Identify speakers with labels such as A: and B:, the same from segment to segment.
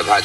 A: about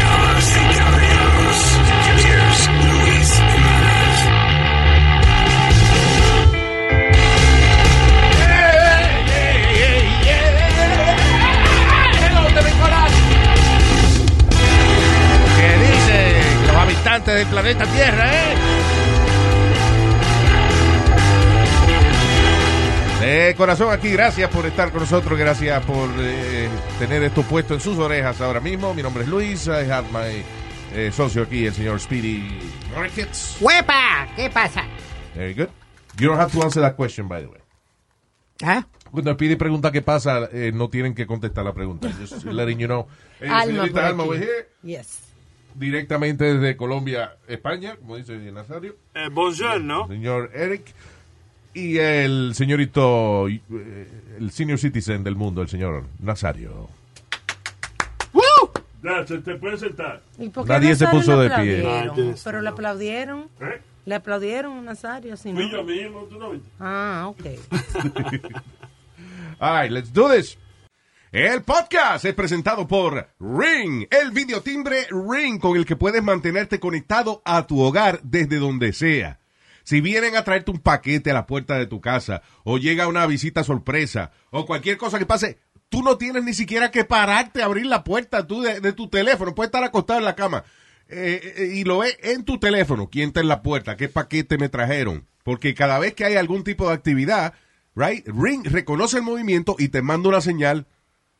B: Damas y caballeros, here's Luis Jimenez.
C: que dice los habitantes del planeta Tierra, ¿eh? De corazón aquí, gracias por estar con nosotros, gracias por eh, tener esto puesto en sus orejas ahora mismo. Mi nombre es Luis, I have my eh, socio aquí, el señor Speedy Ricketts.
D: ¡Huepa! ¿Qué pasa?
C: Very good. You don't have to answer that question, by the way.
D: ¿Ah?
C: Cuando Speedy pregunta qué pasa, eh, no tienen que contestar la pregunta. Just letting you know. Eh, señorita Alma, we're here.
D: Yes.
C: directamente desde Colombia, España, como dice Nazario,
E: Eh, bonjour, ¿no?
C: el señor Eric y el señorito, eh, el senior citizen del mundo, el señor Nazario.
E: Ya, se te puede sentar.
F: ¿Y por qué
C: Nadie se
F: Nazario
C: puso
F: le
C: de pie.
F: aplaudieron?
E: Nadie se-
F: Pero le aplaudieron.
E: Ah, ¿Eh?
F: Le aplaudieron, Nazario. Si
E: Fui yo
F: no.
E: mismo, tú no viste.
F: Ah, ok.
C: All right, let's do this. El podcast es presentado por Ring, el videotimbre Ring con el que puedes mantenerte conectado a tu hogar desde donde sea. Si vienen a traerte un paquete a la puerta de tu casa, o llega una visita sorpresa, o cualquier cosa que pase, tú no tienes ni siquiera que pararte a abrir la puerta tú de, de tu teléfono. Puedes estar acostado en la cama eh, eh, y lo ves en tu teléfono. ¿Quién está en la puerta? ¿Qué paquete me trajeron? Porque cada vez que hay algún tipo de actividad, right, Ring reconoce el movimiento y te manda una señal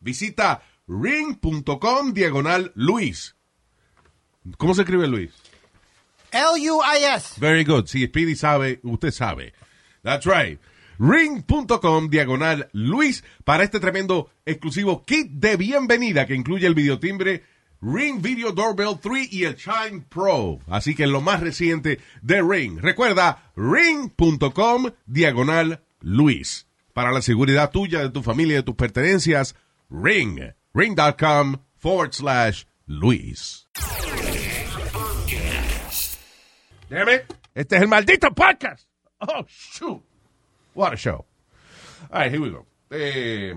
C: Visita ring.com diagonal Luis. ¿Cómo se escribe Luis?
D: L-U-I-S.
C: Very good. Si Speedy sabe, usted sabe. That's right. Ring.com diagonal Luis para este tremendo exclusivo kit de bienvenida que incluye el videotimbre Ring Video Doorbell 3 y el Chime Pro. Así que lo más reciente de Ring. Recuerda, ring.com diagonal Luis. Para la seguridad tuya, de tu familia, de tus pertenencias, ring. Ring.com forward slash Luis. Damn it. Este es el maldito podcast. Oh, shoot. What a show. All right, here we go. Eh,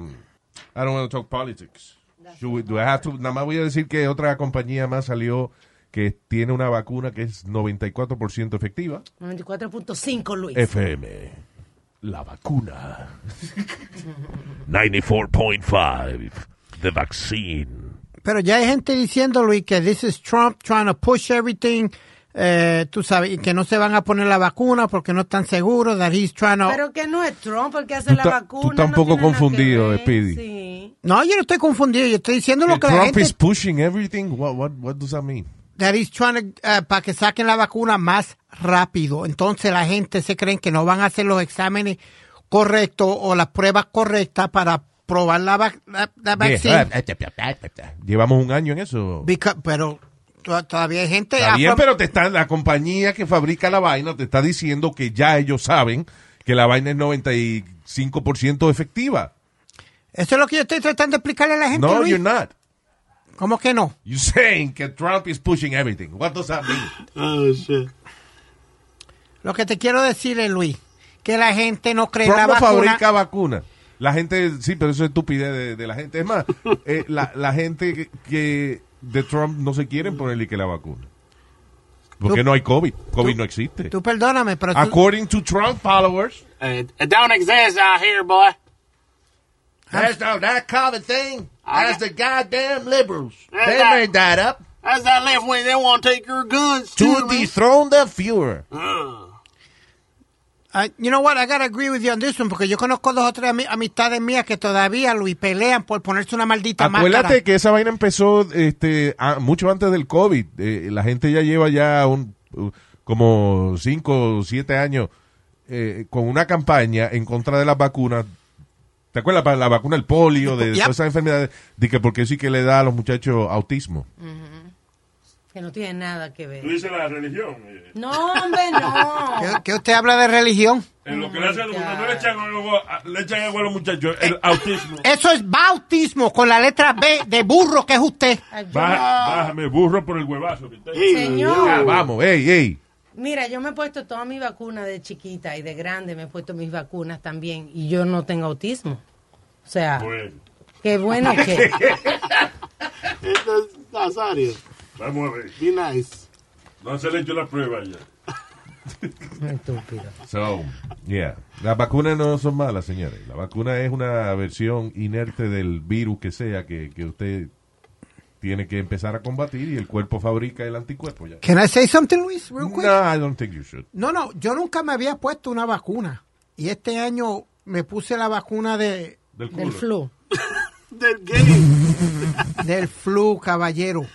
C: I don't want to talk politics. Should we- do I have to? Nada más voy a decir que otra compañía más salió que tiene una vacuna que es 94% efectiva.
F: 94.5, Luis.
C: Eh, FM. La vacuna. 94.5. The vaccine.
D: Pero ya hay gente diciendo, Luis, que this is Trump trying to push everything. eh, tú sabes, y que no se van a poner la vacuna porque no están seguros. That he's trying to-
F: Pero que no es Trump el que hace
C: Tú
F: la
C: ta-
F: vacuna.
C: tú
F: no
C: tampoco
F: tiene nada que
C: confundido,
F: ver.
C: Speedy.
F: Sí.
D: No, yo no estoy confundido. Yo estoy diciendo lo que la
C: Trump
D: gente.
C: is pushing everything. What, what, what does that mean?
D: That he's trying to, eh, para que saquen la vacuna más rápido. Entonces la gente se creen que no van a hacer los exámenes correctos o las pruebas correctas para probar la, vac- la, la vacuna.
C: eh. Llevamos un año en eso.
D: Beca- pero to- todavía hay gente.
C: Está bien,
D: afro-
C: pero te está, la compañía que fabrica la vaina te está diciendo que ya ellos saben que la vaina es 95% efectiva.
D: Eso es lo que yo estoy tratando de explicarle a la gente.
C: No,
D: Luis.
C: you're not.
D: ¿Cómo que no?
C: You're saying que Trump is pushing everything. What does that mean?
D: Ah,
E: Oh, shit.
D: Lo que te quiero decir es, Luis, que la gente no cree en
C: Trump
D: la
C: no
D: vacuna.
C: fabrica vacunas. La gente, sí, pero eso es estupidez de, de la gente. Es más, eh, la, la gente que- que de Trump no se quieren ponerle que la vacuna. Porque
D: Tú-
C: no hay COVID. COVID
D: tú-
C: no existe.
D: Tú perdóname, pero tú-
C: According to Trump followers,
G: Uh, it don't exist out here, boy.
C: That's no, that common thing. That's the goddamn liberals.
G: They made
C: that up
G: That's that left wing. They want to take your guns, too. man.
C: dethrone the Fuhrer.
D: Uh, you know what, I gotta agree with you on this one, porque yo conozco dos o tres ami- amistades mías que todavía, Luis, pelean por ponerse una maldita
C: Acuérdate
D: máscara.
C: que esa vaina empezó este, a- mucho antes del COVID. Eh, la gente ya lleva ya un, u- como 5 o 7 años eh, con una campaña en contra de las vacunas. ¿Te acuerdas? Para la vacuna del polio, de
D: Yep.
C: todas esas enfermedades. De que porque sí que le da a los muchachos autismo.
F: Que no tiene nada que
G: Tú
F: ver.
G: dices la religión. eh.
F: No, hombre, no.
D: Que, que usted habla de religión.
G: En lo que
F: Oh
G: le
F: my
G: hacen, cuando
F: God.
G: le echan agua, a- le echan agua a los muchachos, el autismo.
D: Eso es bautismo con la letra B de burro que es usted.
F: Ay, yo
D: eh,
G: Baja-
F: no.
G: bájame, burro por el huevazo. que está ahí.
C: Ah,
F: Señor.
C: vamos, ey, ey.
F: Mira, yo me he puesto toda mi vacuna de chiquita y de grande me he puesto mis vacunas también y yo no tengo autismo. O sea,
G: Bueno,
F: qué bueno que...
G: Este es Nazario. Vamos a ver.
A: Be nice.
G: No se le hecho la prueba ya.
F: Estúpido.
C: So, yeah. Las vacunas no son malas, señores. La vacuna es una versión inerte del virus que sea que, que usted tiene que empezar a combatir y el cuerpo fabrica el anticuerpo. Ya.
D: Can I say something, Luis, real quick?
C: No, I don't think you should.
D: No, no, yo nunca me había puesto una vacuna. Y este año me puse la vacuna de,
C: Del culo.
F: Del flu.
A: They're getting.
D: del flu, caballero.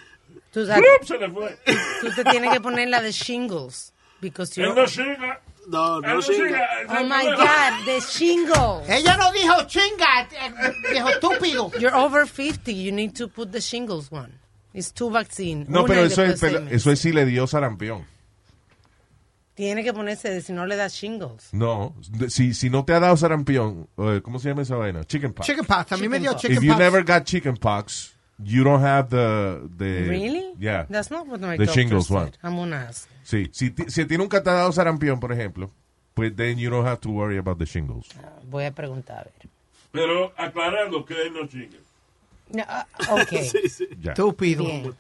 F: Tú, sabes,
G: Se le fue.
F: tú te tienes que poner la de shingles. Because
G: Él
F: you're...
G: no llega.
A: No,
G: Él
A: no,
G: no
A: she.
G: llega.
F: Oh, my God, de shingles.
C: ¿Eh?
D: Ella no dijo chinga, eh, viejo estúpido.
F: You're over 50, you need to put the shingles one. It's two vaccines.
C: No, pero eso es, pero eso es si le dio sarampión.
F: Tiene que ponerse de si no le das shingles.
C: No, de- si, si no te ha dado sarampión, eh, ¿cómo se llama esa vaina? Chicken pox.
D: Chicken pox, a mí me dio
F: If
C: If
D: chicken
C: you
D: pox.
C: never got chicken pox, you don't have the... the
F: Really?
C: Eh, Yeah.
F: That's not what my
C: The
F: doctor
C: shingles
F: said.
C: one.
F: I'm gonna ask.
C: Sí, si, ti- si a ti nunca te ha dado sarampión, por ejemplo, pues then you don't have to worry about the shingles.
F: Voy a preguntar, a ver.
G: Pero aclarando que él no llega.
F: No, ah, ok.
C: Ya.
D: Estúpido.
F: Bien.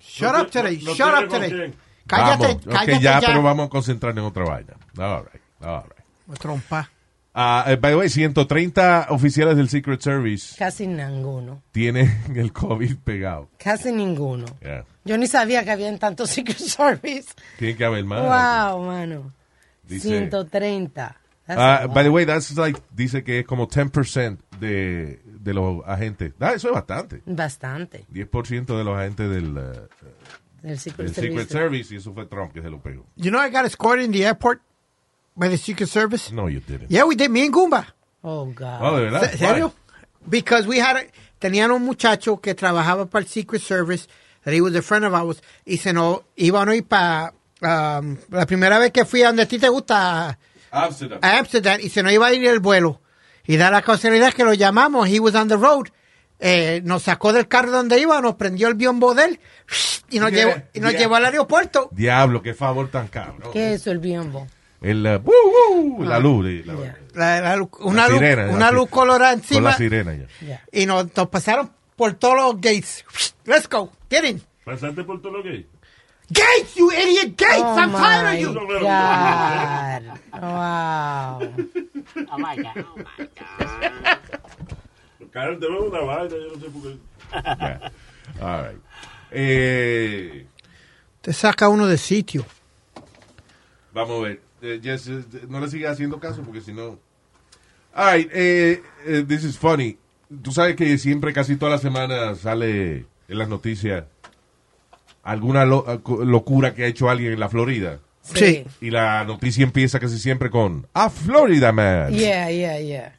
D: Shut up today,
G: No- no
D: shut
G: tiene con
D: up today.
G: quién.
D: Cállate,
C: Vamos, ok,
D: cállate
C: ya,
D: ya.
C: pero vamos a concentrarnos en otra vaina. All right, all right.
D: Me trompa.
C: Ah, eh, by the way, 130 oficiales del Secret Service
F: Casi ninguno.
C: tienen el COVID pegado.
F: Casi ninguno.
C: Yeah.
F: Yo ni sabía que habían tantos Secret Service.
C: Tiene que haber más. Ah.
F: Wow, mano.
C: Dice-
F: 130. That's
C: Ah,
F: a lot.
C: by the way, that's like, dice que es como 10% de, de los agentes. Ah, eso es bastante.
F: Bastante.
C: 10% de los agentes del, eh,
F: El
C: del
F: Secret
C: Secret
F: Service.
C: Service y eso fue Trump que se lo pegó.
D: You know I got escorted in the airport by the Secret Service?
C: No, you didn't.
D: Yeah, we did. Me and Goomba.
F: Oh, God.
C: Oh, de verdad.
D: ¿En serio? Because we had, a- tenían un muchacho que trabajaba para el Secret Service, that he was a friend of ours, y se nos iban a ir para, la primera vez que fui a donde a ti te gusta,
C: Amsterdam.
D: a Amsterdam, y se nos iba a ir el vuelo. Y da la casualidad que lo llamamos, he was on the road, eh, nos sacó del carro donde iba, nos prendió el biombo de él, y nos,
C: Yeah,
D: llevó, y nos
C: yeah.
D: llevó al aeropuerto.
C: Diablo, qué favor tan cabrón.
F: ¿Qué es eso, el biombo?
C: El, eh, ¡woo, woo! la luz. eh, la-
F: Ah, Ya.
D: La- la lu-
C: la
D: una luz,
C: sirena,
D: una
C: la-
D: luz colorada encima.
C: Con la sirena ya.
F: Ya.
D: Y nos, nos pasaron por todos los gates. Let's go, get in.
G: ¿Pasaste por todo lo que
D: Gates, you idiot gates,
F: Oh
D: I'm tired
F: my
D: of you.
F: God. Wow.
A: I like that. Oh my God.
G: Carlos, te veo una vaina, yo no sé por qué.
C: Ya. All right. Eh,
D: Te saca uno de sitio.
C: vamos a ver. Eh, Jess, eh, no le sigas haciendo caso porque si no. All right. eh, eh, this is funny. Tú sabes que siempre, casi todas las semanas, sale en las noticias alguna lo- eh, locura que ha hecho alguien en la Florida.
D: Sí.
C: Y la noticia empieza casi siempre con A Florida Man.
F: Yeah, yeah, yeah.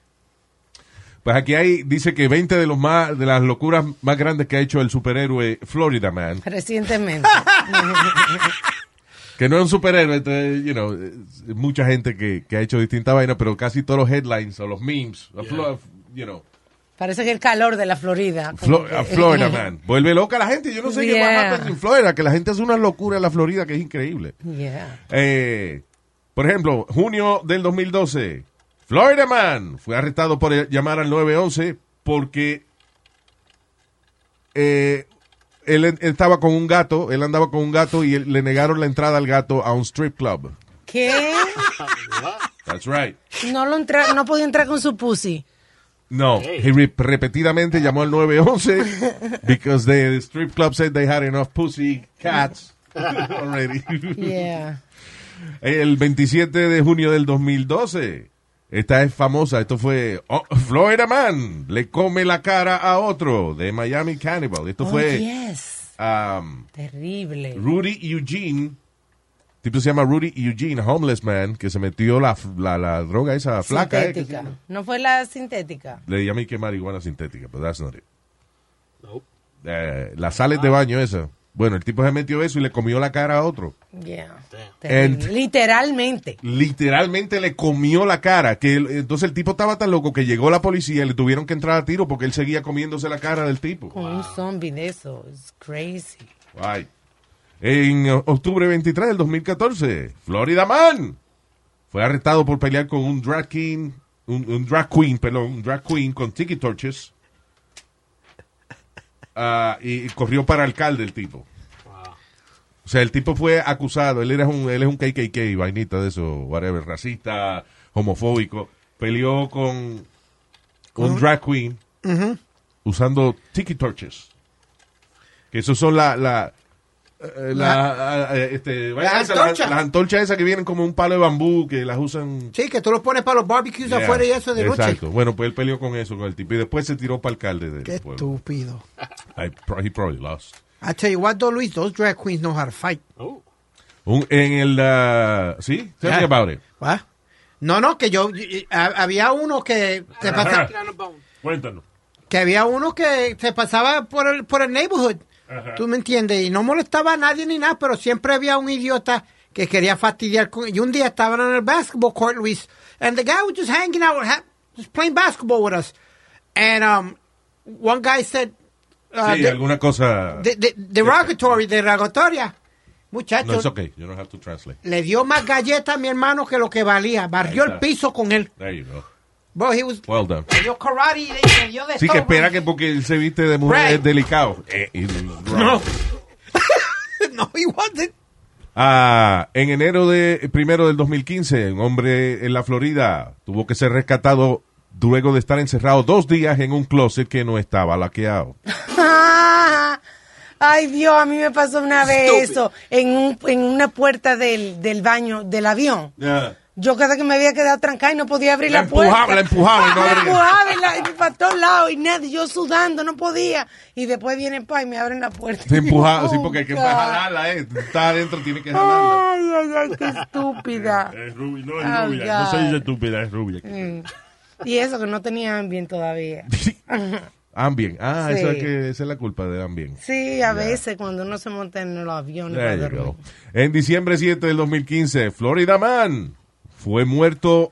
C: Pues aquí hay, dice que 20 de los más, de las locuras más grandes que ha hecho el superhéroe Florida Man.
F: Recientemente.
C: Que no es un superhéroe, entonces, you know, es- es mucha gente que, que ha hecho distintas vainas, pero casi todos los headlines o los memes, a Flo- you know,
F: Parece que el calor de la Florida. como
C: Flo-
F: que-
C: a Florida Man. Vuelve loca la gente. Yo no sé qué va
F: Yeah.
C: a happen en Florida, que la gente hace una locura en la Florida que es increíble.
F: Yeah.
C: Eh, por ejemplo, junio del 2012, Florida Man fue arrestado por llamar al 911 porque eh, él en- estaba con un gato, él andaba con un gato y él- le negaron la entrada al gato a un strip club.
F: ¿Qué?
C: That's right.
F: No, lo entra no podía entrar con su pussy.
C: No, he re- repetidamente llamó al 911 because the strip club said they had enough pussy cats already.
F: Yeah.
C: El 27 de junio del 2012. Esta es famosa. Esto fue oh, Florida Man. Le come la cara a otro de Miami Cannibal. Esto
F: Oh,
C: fue
F: yes.
C: um,
F: Terrible.
C: Rudy Eugene. El tipo se llama Rudy Eugene, homeless man, que se metió la, la, la droga esa flaca. eh, que se llama.
F: Sintética. No fue la sintética.
C: Le llamé que marihuana sintética, pero that's not it.
G: Nope.
C: Eh, las sales de baño esa. Bueno, el tipo se metió eso y le comió la cara a otro.
F: Yeah.
C: And-
F: Terrible. Literalmente.
C: Literalmente le comió la cara. Que el- entonces el tipo estaba tan loco que llegó la policía y le tuvieron que entrar a tiro porque él seguía comiéndose la cara del tipo.
F: Con un zombie de eso. It's crazy.
C: Ay. En octubre 23 del 2014, Florida Man fue arrestado por pelear con un drag king, un, un drag queen, perdón, un drag queen con tiki torches. Ah, y, y corrió para alcalde el tipo. O sea, el tipo fue acusado, él era un él es un KKK, vainita de eso, whatever, racista, homofóbico, peleó con un drag queen usando tiki torches. Que esos son la, la, eh, la, eh, este, vaya,
D: Las
C: esa, la-
D: antorchas.
C: las antorchas esas que vienen como un palo de bambú, que las usan.
D: Sí, que tú lo pones para los barbecues
C: Yeah.
D: afuera y eso de noche.
C: Exacto. Bueno, pues él peleó con eso, con el tipo. Y después se tiró para alcalde del
D: Qué
C: pueblo.
D: estúpido.
C: I pro- he probably lost.
D: I tell you what, though, Luis, those drag queens know how to fight.
G: Oh.
C: Un- en el. ah, sí, tell me
D: Yeah.
C: about it.
D: ¿What? No, no, que yo, y- y- ha- había uno que se pasa-
E: Ah,
C: Cuéntanos.
D: que había uno que se pasaba por el, por el neighborhood, tú me entiendes, y no molestaba a nadie ni nada, pero siempre había un idiota que quería fastidiar. con- y un día estaban en el basketball court, Luis, and the guy was just hanging out, ha- just playing basketball with us, and um, one guy said, uh,
C: sí,
D: de-
C: alguna cosa.
D: de- de- derogatory, derogatoria,
C: no, es
D: muchacho,
C: okay. You don't have to translate.
D: le dio más galleta a mi hermano que lo que valía, barrió
C: Ahí
D: el
C: está.
D: piso con él,
C: There you go.
D: bro, he was,
C: Well done.
D: le dio karate, y le, le dio de
C: Sí,
D: todo,
C: que espera
D: bro.
C: que porque él se viste de mujer
D: Oh, Right.
C: es delicado. Eh, y-
D: No. no, he wasn't.
C: Ah, en enero de primero del 2015, un hombre en la Florida tuvo que ser rescatado luego de estar encerrado dos días en un closet que no estaba laqueado.
F: Ah, Ay, Dios, a mí me pasó una vez eso en, un- en una puerta del, del baño del avión. Yo cada que me había quedado trancada y no podía abrir
C: La
F: la,
C: empujaba,
F: puerta.
C: la empujaba y no
F: La
C: abría.
F: empujaba y la- y para todos lados y nada, yo sudando, no podía. Y después vienen pa y me abren la puerta.
C: Se empujaba, sí, porque hay que
F: Oh,
C: jalarla, eh. Está adentro, tiene que jalarla.
F: Ay, ay, ay, qué estúpida.
G: Es rubia, no
F: es Oh, rubia. No se God. Mm. dice
G: estúpida, es rubia.
F: Y eso que no tenía bien todavía.
C: Ambien. Ah,
F: Sí.
C: esa, es que, esa es la culpa de Ambien.
F: Sí, a veces cuando uno se monta en el avión.
C: There
F: para
C: you go.
F: dormir.
C: En diciembre 7 del 2015, Florida Man fue muerto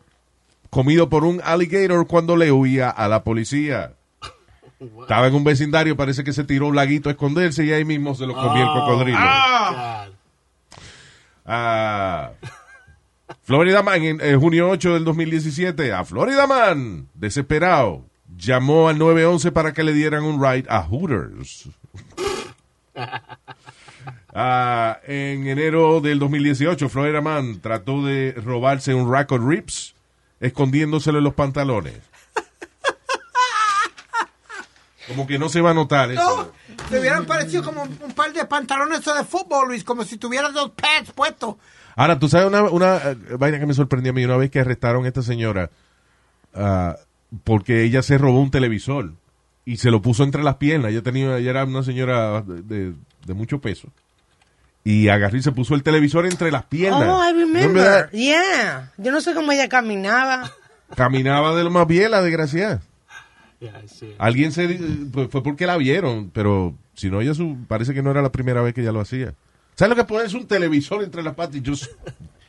C: comido por un alligator cuando le huía a la policía. Estaba en un vecindario, parece que se tiró un laguito a esconderse y ahí mismo se lo comió el cocodrilo.
G: God.
C: Ah. Florida Man, en eh, junio 8 del 2017, a Florida Man, desesperado, llamó al 911 para que le dieran un ride a Hooters. Ah, en enero del 2018, Florida Man trató de robarse un rack of ribs escondiéndoselo en los pantalones. Como que no se va a notar eso.
D: No, te hubieran parecido como un un par de pantalones esos de fútbol, Luis, como si tuvieras dos pads puestos.
C: Ahora, tú sabes una, una, eh, vaina que me sorprendió a mí una vez que arrestaron a esta señora ah, porque ella se robó un televisor y se lo puso entre las piernas. Ella, tenía, ella era una señora de, de- de mucho peso. Y agarró y se puso el televisor entre las piernas.
F: Oh, I
C: Remember
F: remember.
C: that?
F: Yeah. Yo no sé cómo ella caminaba.
C: Caminaba de lo más bien, la desgraciada.
G: Yeah, I see.
C: Alguien se... di- Fue fue porque la vieron, pero si no, ella su- parece que no era la primera vez que ella lo hacía. ¿Sabes lo que ponerse un televisor entre las patas y just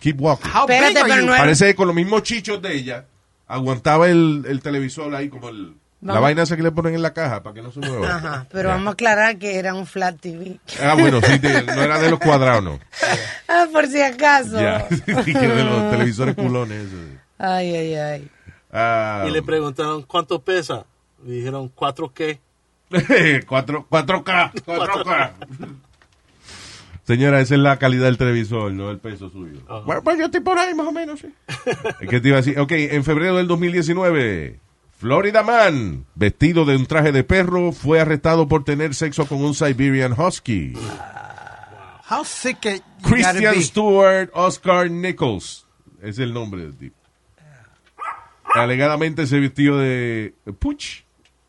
C: keep walking?
D: How big
F: Espérate,
D: are
F: pero
D: you?
F: no es-
C: Parece que con los mismos chichos de ella, aguantaba el, el televisor ahí como el, la
F: Vamos.
C: vaina esa que le ponen en la caja para que no se mueva.
F: Ajá, pero
C: Ya.
F: vamos a aclarar que era un flat TV.
C: Ah, bueno, sí, de- no era de los cuadrados, no.
F: Ah, por si acaso.
C: Ya, sí, que de los televisores culones. eso.
F: Ay, ay, ay.
C: Ah,
G: Y le preguntaron cuánto pesa. Le dijeron cuatro qué.
C: 4, 4K, 4K. Señora, esa es la calidad del televisor, no el peso suyo. Bueno, pues yo estoy por ahí más o menos, sí. ¿Qué te iba a decir? Ok, en febrero del 2019, Florida Man, vestido de un traje de perro, fue arrestado por tener sexo con un Siberian Husky.
D: How sick it you gotta
C: Christian
D: be.
C: Stewart Oscar Nichols. Es el nombre del tipo. Alegadamente se vistió de Puch,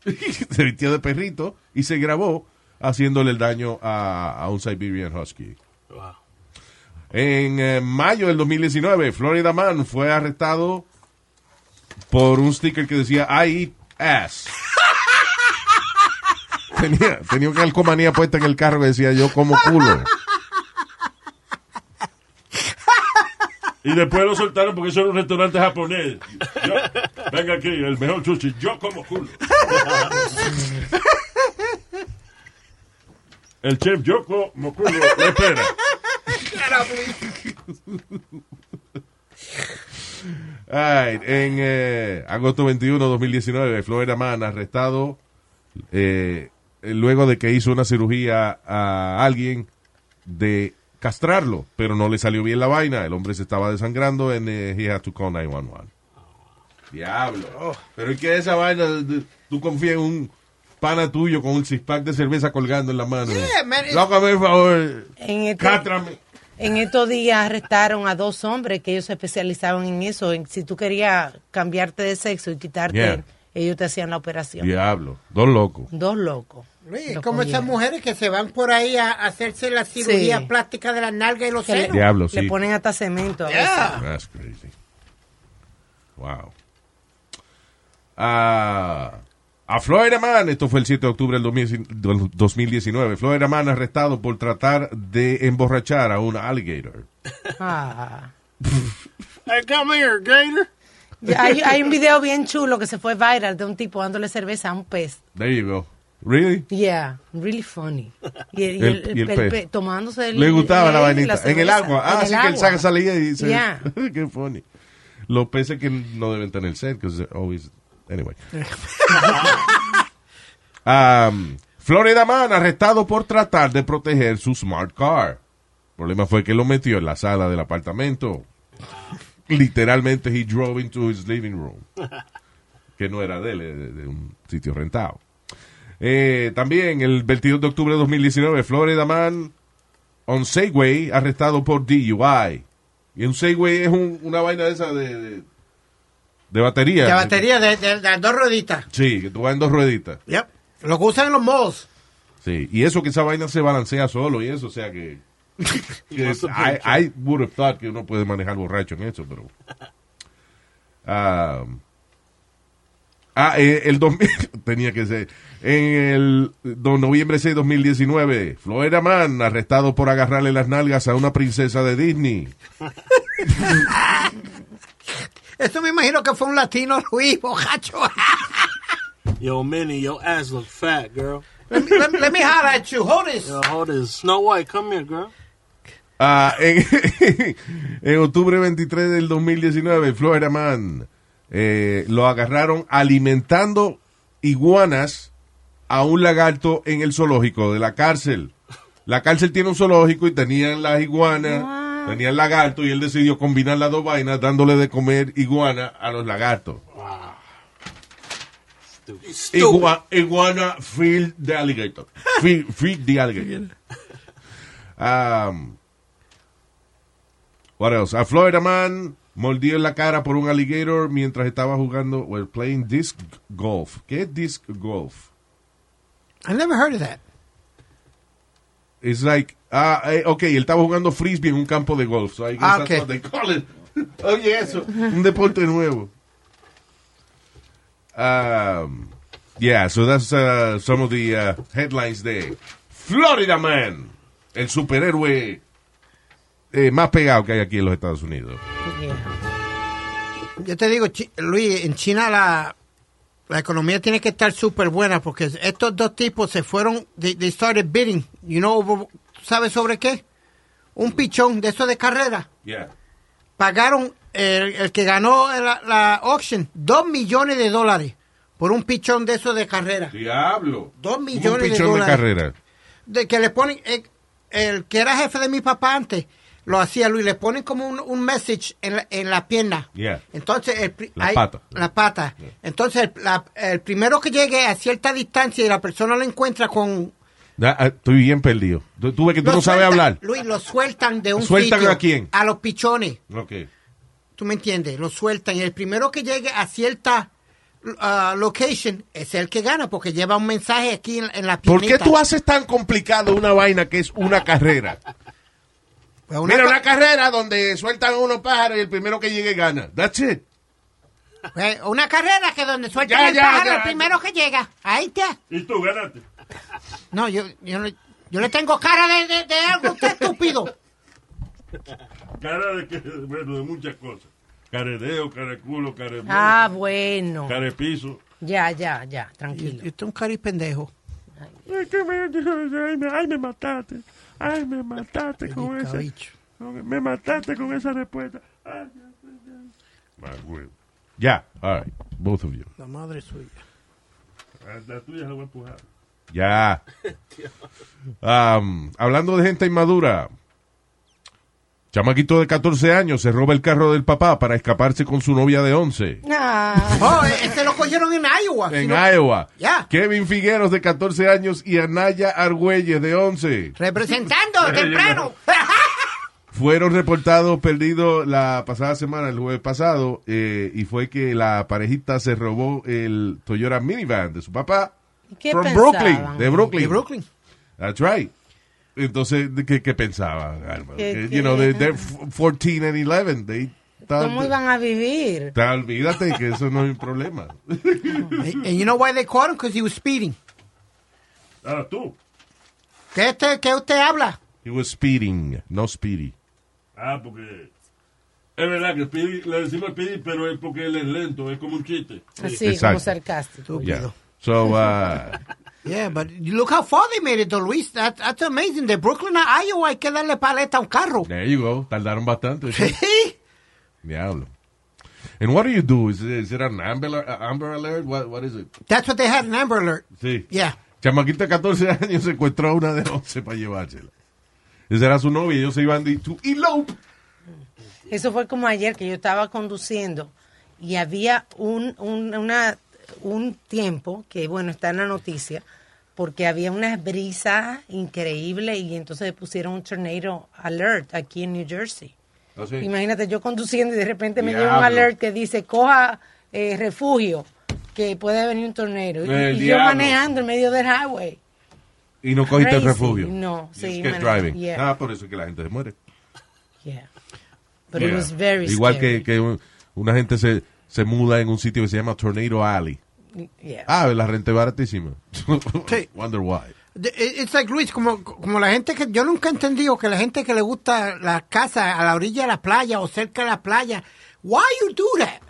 C: se vistió de perrito y se grabó haciéndole el daño a, a un Siberian Husky.
G: Wow.
C: En eh, mayo del 2019, Florida Man fue arrestado por un sticker que decía I eat ass. Tenía, tenía una alcomanía puesta en el carro que decía yo como culo.
E: Y después lo soltaron porque eso era un restaurante japonés. Yo- venga aquí, el mejor sushi. Yo como culo. El chef yo como culo. le espera.
C: Alright, en eh, agosto 21, 2019, Florida Man arrestado eh, eh, luego de que hizo una cirugía a alguien de castrarlo, pero no le salió bien la vaina. El hombre se estaba desangrando en eh, He Had to Call 911. Diablo.
D: Oh.
C: Pero es que esa vaina, de- tú confías en un pana tuyo con un six pack de cerveza colgando en la mano.
D: Yeah, man, it's-
C: Loco, por favor,
F: En este-
C: cátrame.
F: En estos días arrestaron a dos hombres que ellos se especializaban en eso. En, si tú querías cambiarte de sexo y quitarte,
C: Yeah.
F: ellos te hacían la operación.
C: Diablo, dos locos.
F: Dos locos.
D: Luis,
F: Lo
D: como esas
F: cogieron.
D: mujeres que se van por ahí a hacerse la cirugía
F: Sí.
D: plástica de la nalga y los
F: Que le-
D: senos.
C: Diablo, sí.
F: Le ponen hasta cemento. a veces.
C: That's crazy. Wow. Ah, a Florida Man, esto fue el 7 de octubre del 2000 del 2019. Florida Man arrestado por tratar de emborrachar a un alligator.
F: Ah.
G: Hey, come here, Gator.
F: Ya, Hay, hay un video bien chulo que se fue viral de un tipo dándole cerveza a un pez.
C: There you go. Really?
F: Yeah, really funny. Y, y
C: El- y el pez.
F: tomándose el-
C: Le gustaba la
F: el-
C: vainita. en el
F: cerveza.
C: agua. Ah,
F: En
C: sí
F: el
C: que él
F: agua.
C: saca salía y dice.
F: Yeah.
C: Qué funny. Los peces que no deben tener sed, because they're always. Anyway. Um, Florida Man arrestado por tratar de proteger su smart car. El problema fue que lo metió en la sala del apartamento. Literalmente, he drove into his living room. Que no era de él, era de- de un sitio rentado. Eh, también el 22 de octubre de 2019, Florida Man on Segway arrestado por DUI. Y un Segway es un- una vaina de esa de, de, de batería.
D: La batería de, de- de las dos rueditas.
C: Sí, que tú vas en dos rueditas.
D: Yep. Lo que usan en los malls.
C: Sí, y eso que esa vaina se balancea solo y eso, o sea que... que es- I, I would have thought que uno puede manejar borracho en eso, pero... Ah, ah, eh, el 2000... Tenía que ser... En el do- noviembre 6 de 2019, Florida Man arrestado por agarrarle las nalgas a una princesa de Disney.
D: Eso me imagino que fue un latino Luis, bojacho.
G: Yo, Minnie, your ass look fat, girl.
D: let, me- let me- let me holler at you. Hold this.
G: Yo, hold this. Snow White, come here, girl.
C: Ah, en, en octubre 23 del 2019, Florida Man eh, lo agarraron alimentando iguanas a un lagarto en el zoológico de la cárcel. La cárcel tiene un zoológico y tenían las iguanas, tenían lagarto y él decidió combinar las dos vainas dándole de comer iguana a los lagartos. Igua- iguana feed the alligator. Feed, feed the alligator. Um, what else? A Florida man mordido en la cara por un alligator mientras estaba jugando, well, playing disc golf. ¿Qué es disc golf?
D: I never heard of that.
C: It's like, ah, eh, ok, él estaba jugando frisbee en un campo de golf. So I guess
D: Ah,
C: that's
D: ok.
C: what they call it. Oye, eso, un deporte nuevo. Um, yeah, so that's uh, some of the uh, headlines de Florida Man, el superhéroe eh, más pegado que hay aquí en los Estados Unidos.
F: Yeah.
D: Yo te digo, Chi- Luis, en China la, la economía tiene que estar súper buena porque estos dos tipos se fueron, they, they started bidding. You know, over- ¿sabes sobre qué? Un pichón de eso de carrera.
C: Yeah.
D: Pagaron el, el que ganó la, la auction dos millones de dólares por un pichón de eso de carrera.
C: Diablo.
D: Dos
C: Un
D: millones de
C: pichón de,
D: dólares.
C: carrera.
D: de que le ponen eh, el, que era jefe de mi papá antes lo hacía Luis le ponen como un, un message en la, en la pierna
C: Yeah.
D: entonces el, pri-
C: La pata.
D: la pata. entonces el, la- el primero que llegue a cierta distancia y la persona lo encuentra con
C: Ya, ah, Estoy bien perdido. Tú, tú ves que tú
D: Lo
C: no sabes
D: sueltan-
C: hablar.
D: Luis, lo sueltan de un
C: ¿Sueltan
D: sitio.
C: a quién?
D: A los pichones.
C: Ok.
D: ¿Tú me entiendes? Lo sueltan. Y el primero que llegue a cierta ah, location es el que gana porque lleva un mensaje aquí en, en la
C: ¿Por qué
D: piernita.
C: tú haces tan complicado una vaina que es una carrera?
D: Pues una
C: Mira,
D: pa-
C: una carrera donde sueltan unos pájaros y el primero que llegue gana. That's it.
D: Eh, Una carrera que donde sueltan
C: Ya,
D: el
C: ya,
D: pájaro,
C: ya.
D: el primero que llega. Ahí está.
E: Y tú, ganaste.
D: No, yo, yo, no- yo le tengo cara de, de, de algo usted estúpido.
E: Cara de que, bueno, de muchas cosas. Caredeo, careculo, caremulo,
F: Ah, bueno.
E: carepiso.
F: Ya, ya, ya, tranquilo.
D: Usted es un cari pendejo.
E: Ay, qué me, ay, me, ay, me mataste. Ay, me mataste con esa. Me mataste con esa respuesta. Ay,
C: Ah, güey. Ya, all right, both of you.
D: La madre suya.
E: la tuya la voy a empujar.
C: Ya. Am, hablando de gente inmadura. Chamaquito de 14 años se roba el carro del papá para escaparse con su novia de 11.
F: Ah,
D: Oh, eh, este lo cogieron en Iowa. si
C: En
D: no-
C: Iowa.
D: Ya.
C: Kevin Figueros de 14 años y Anaya Argüelles de 11.
D: Representando temprano.
C: Fueron reportados perdidos la pasada semana, el jueves pasado, eh, y fue que la parejita se robó el Toyota minivan de su papá.
F: ¿Qué
C: From
F: pensaban?
C: Brooklyn, de Brooklyn.
D: De Brooklyn.
C: That's right. Entonces, ¿de ¿qué, qué pensaban, Alma?
F: ¿Qué-
C: Que,
F: qué?
C: You know, they're, they're f- 14 and 11. They, tal-
F: ¿cómo iban a vivir?
C: tal- olvídate que eso no es un problema.
D: And, and you know why they caught him? Because he was speeding.
E: Ah, tú.
D: ¿Qué, este, ¿Qué usted habla?
C: He was speeding, no speedy.
E: Ah, porque. Es verdad que Speedy- le decimos Speedy, pero es porque él es lento, es como un chiste.
F: Así,
C: Exacto.
F: como sarcástico.
C: Yeah. So, uh,
D: Yeah, but you look how far they made it, though, Luis. That, that's amazing. De Brooklyn a Iowa hay que darle paleta a un carro.
C: there you go. Tardaron bastante.
D: Sí.
C: Diablo. And what do you do? Is, is it an Amber, uh, Amber Alert? What, what is it?
D: That's what they had in Amber Alert.
C: Sí.
D: Yeah.
C: Chamaquita de 14 años secuestró a una de 11 para llevársela. Esa era su novia. Ellos se iban de to elope.
F: Eso fue como ayer que yo estaba conduciendo y había un, un, una- un tiempo que, bueno, está en la noticia, porque había unas brisas increíbles y entonces pusieron un tornado alert aquí en New Jersey.
D: Ah,
F: Imagínate yo conduciendo y de repente me llega un
C: Diablo.
F: alert que dice, coja eh, refugio, que puede venir un
C: El
F: tornado. Y, y yo
C: Eh, diablo.
F: manejando en medio del highway.
C: Y no cogiste el
F: Crazy.
C: refugio.
F: No,
C: You
F: sí,
C: just kept
F: man,
C: driving.
F: yeah.
C: Ah, por eso es que la gente se muere.
F: Yeah. But it
C: Yeah.
F: was very
C: Igual
F: scary.
C: que, que un- una gente se, se muda en un sitio que se llama Tornado Alley.
F: Yeah.
C: Ah, la renta es baratísima.
D: Sí.
C: Wonder why.
D: De- it- It's like, Luis, como, como la gente que... Yo nunca he entendido que la gente que le gusta la casa a la orilla de la playa o cerca de la playa, why you do that?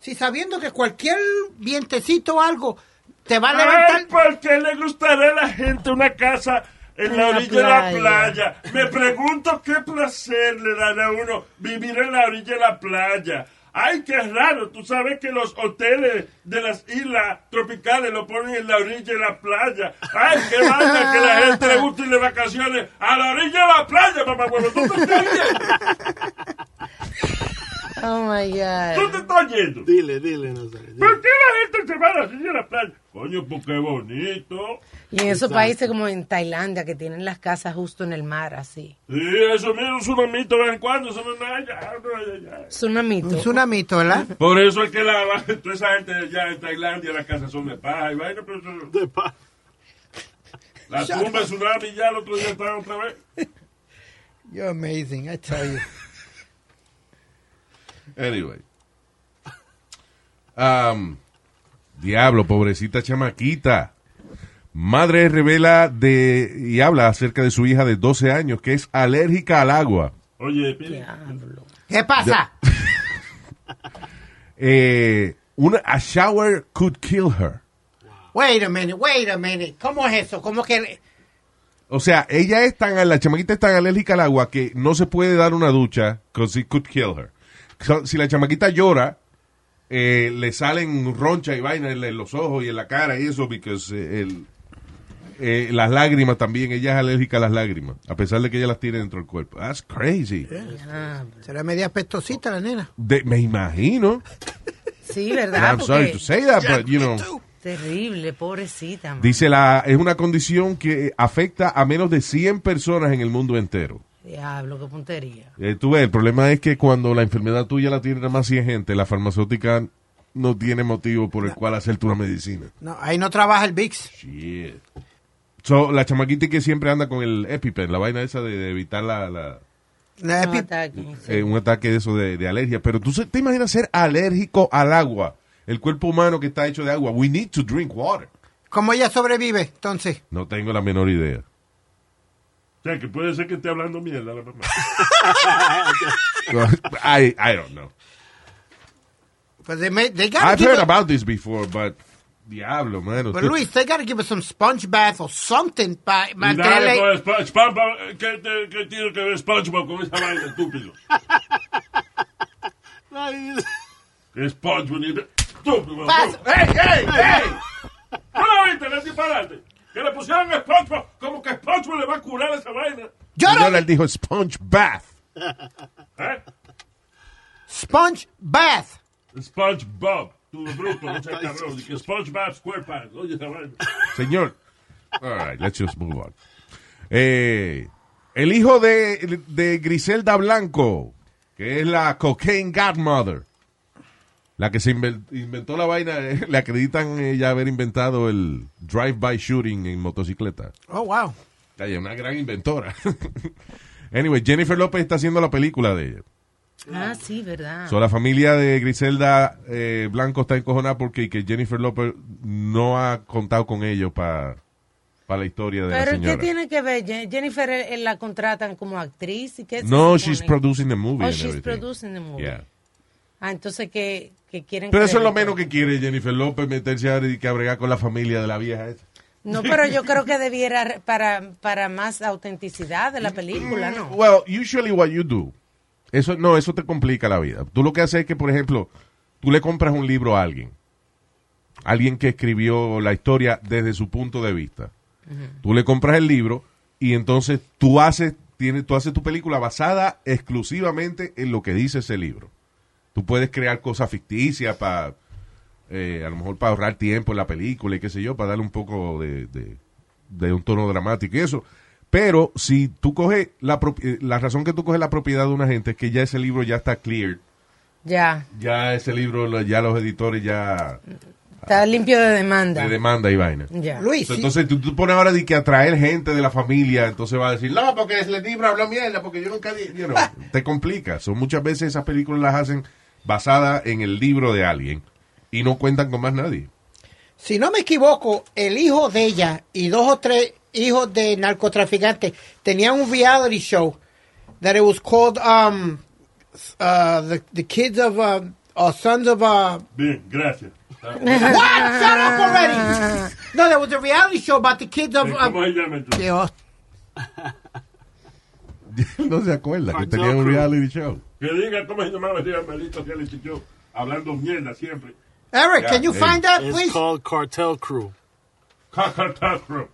D: Si sabiendo que cualquier vientecito o algo te va a
E: Ay, pues.
D: levantar...
E: ¿por qué le gustará a la gente una casa en la
F: En la
E: orilla de la
F: playa.
E: playa? Me pregunto qué placer le dará a uno vivir en la orilla de la playa. Ay, qué raro. Tú sabes que los hoteles de las islas tropicales lo ponen en la orilla de la playa. Ay, qué vaina que la gente le gusta ir de vacaciones a la orilla de la playa, papá. huevo. ¿Tú te estás yendo?
F: Oh, my God.
E: ¿Tú te estás yendo?
G: Dile, dile, Nazario.
E: ¿Por
G: dile.
E: qué la gente se va a la orilla de la playa? Coño, porque es bonito.
F: Y en esos países como en Tailandia, que tienen las casas justo en el mar, así.
E: Sí, eso mira, un tsunamito de vez en cuando, eso no es nada, ya, no, ya, ya.
D: Un
F: Tsunamito.
D: tsunamito, ¿verdad?
E: Por eso es que la, la- toda esa gente allá en Tailandia, las casas son de paja y vaina, pero eso-
G: De pa-
E: la tumba de tsunami ya el otro día estaba otra vez.
D: You're amazing, I tell you.
C: Anyway. Um, diablo, pobrecita chamaquita. Madre revela de y habla acerca de su hija de 12 años que es alérgica al agua.
E: Oye, Pili,
F: Diablo.
D: ¿Qué pasa?
C: Eh, una, a shower could kill her.
D: Wait a minute, wait a minute. ¿Cómo es eso? ¿Cómo que...?
C: O sea, ella es tan, la chamaquita es tan alérgica al agua que no se puede dar una ducha because it could kill her. So, si la chamaquita llora, eh, le salen ronchas y vainas en, en los ojos y en la cara y eso because eh, el- eh, las lágrimas también, ella es alérgica a las lágrimas, a pesar de que ella las tiene dentro del cuerpo. That's crazy.
F: Ah,
D: Será media pestosita la nena.
C: De- me imagino.
F: Sí,
C: And
F: ¿verdad?
C: I'm sorry
F: Porque
C: to say that, but you know.
F: Terrible, pobrecita. man.
C: Dice, la, es una condición que afecta a menos de 100 personas en el mundo entero.
F: Diablo, qué puntería.
C: Eh, tú ves, el problema es que cuando la enfermedad tuya la tiene nada más 100 gente, la farmacéutica no tiene motivo por el cual hacerte una medicina.
D: No, ahí no trabaja el VIX.
C: Shit. So, la chamaquita que siempre anda con el EpiPen, la vaina esa de, de evitar la, la-
D: No,
F: Un
D: es pi-
F: ataque, sí.
C: eh, un ataque de eso de, de alergia. Pero tú se- te imaginas ser alérgico al agua. El cuerpo humano que está hecho de agua. We need to drink water.
D: ¿Cómo ella sobrevive entonces?
C: No tengo la menor idea.
E: O sea, que puede ser que esté hablando mierda la mamá.
C: I, I don't know.
D: Pues they, may- they gotta
C: I've
D: give
C: heard
D: her-
C: about this before, but... Diablo, mano.
D: But Luis, they gotta give her some sponge bath or something para
E: Y nada
D: mantenerle.
E: con Spo- SpongeBob, eh, ¿qué, te- qué tiene que ver SpongeBob con esa vaina estúpido? Que SpongeBob ni... ¡Estúpido!
D: Pasa.
E: ¡Ey, ey, ey! ¿No la viste? Le disparaste. Que le pusieron a SpongeBob, como que SpongeBob le va a curar esa vaina.
D: Yo no-
C: Yo le dijo sponge bath.
E: ¿Eh?
D: Sponge bath.
E: SpongeBob. Tu bruto, no seas cabrón. Que SpongeBob SquarePants. Oye, esa vaina.
C: Señor. All right, let's just move on. Eh, el hijo de, de Griselda Blanco, que es la cocaine godmother, la que se inven- inventó la vaina, eh, le acreditan ella haber inventado el drive-by shooting en motocicleta.
D: Oh, wow.
C: Ella es una gran inventora. anyway, Jennifer López está haciendo la película de ella.
F: Ah, sí, verdad.
C: So, la familia de Griselda eh, Blanco está encojonada porque que Jennifer López no ha contado con ellos para la historia de la
F: Pero ¿qué
C: señora.
F: tiene que ver? Je- Jennifer eh, la contratan como actriz y qué se
C: No,
F: supone?
C: she's producing the movie.
F: Oh,
C: and
F: she's
C: everything.
F: producing the movie.
C: Yeah.
F: Ah, entonces que, que quieren
C: Pero eso es lo
F: crédito.
C: menos que quiere Jennifer López, meterse ahora y que bregar con la familia de la vieja esa.
F: No, pero yo creo que debiera re- para para más autenticidad de la película, ¿no?
C: Well, usually what you do. Eso, no, eso te complica la vida. Tú lo que haces es que, por ejemplo, tú le compras un libro a alguien. Alguien que escribió la historia desde su punto de vista. Tú le compras el libro y entonces tú haces, tiene, tú haces tu película basada exclusivamente en lo que dice ese libro. Tú puedes crear cosas ficticias para, a lo mejor para ahorrar tiempo en la película y qué sé yo, para darle un poco de, de- de un tono dramático y eso. Pero si tú coges, la, pro- eh, la razón que tú coges la propiedad de una gente es que ya ese libro ya está cleared.
F: Ya,
C: Ya ese libro, lo- ya los editores ya
F: está limpio de demanda.
C: de demanda y vaina.
F: Ya.
D: Luis, sí.
C: Entonces tú, tú pones ahora de que atraer gente de la familia, entonces va a decir, no, porque ese libro habló mierda, porque yo nunca di-". You know,
D: Ah.
C: te complica. Son muchas veces esas películas las hacen basadas en el libro de alguien y no cuentan con más nadie.
D: si no me equivoco, el hijo de ella y dos o tres hijos de narcotraficantes tenían un reality show that it was called um, uh, the, the Kids of uh, or Sons of uh,
E: Bien, gracias.
D: What? Shut up already! No, there was a reality show about the kids of.
E: ¿Cómo
D: of
E: se llama entonces?
D: Dios.
C: no se acuerda que
G: Fantasma
C: tenía un
G: Crew.
C: reality show.
E: Que diga cómo se llamaba ese maldito que le chichó. Hablando mierda siempre.
D: Eric, can you
C: hey.
D: find that,
G: It's
D: please?
G: called Cartel Crew.
E: Cacatastro.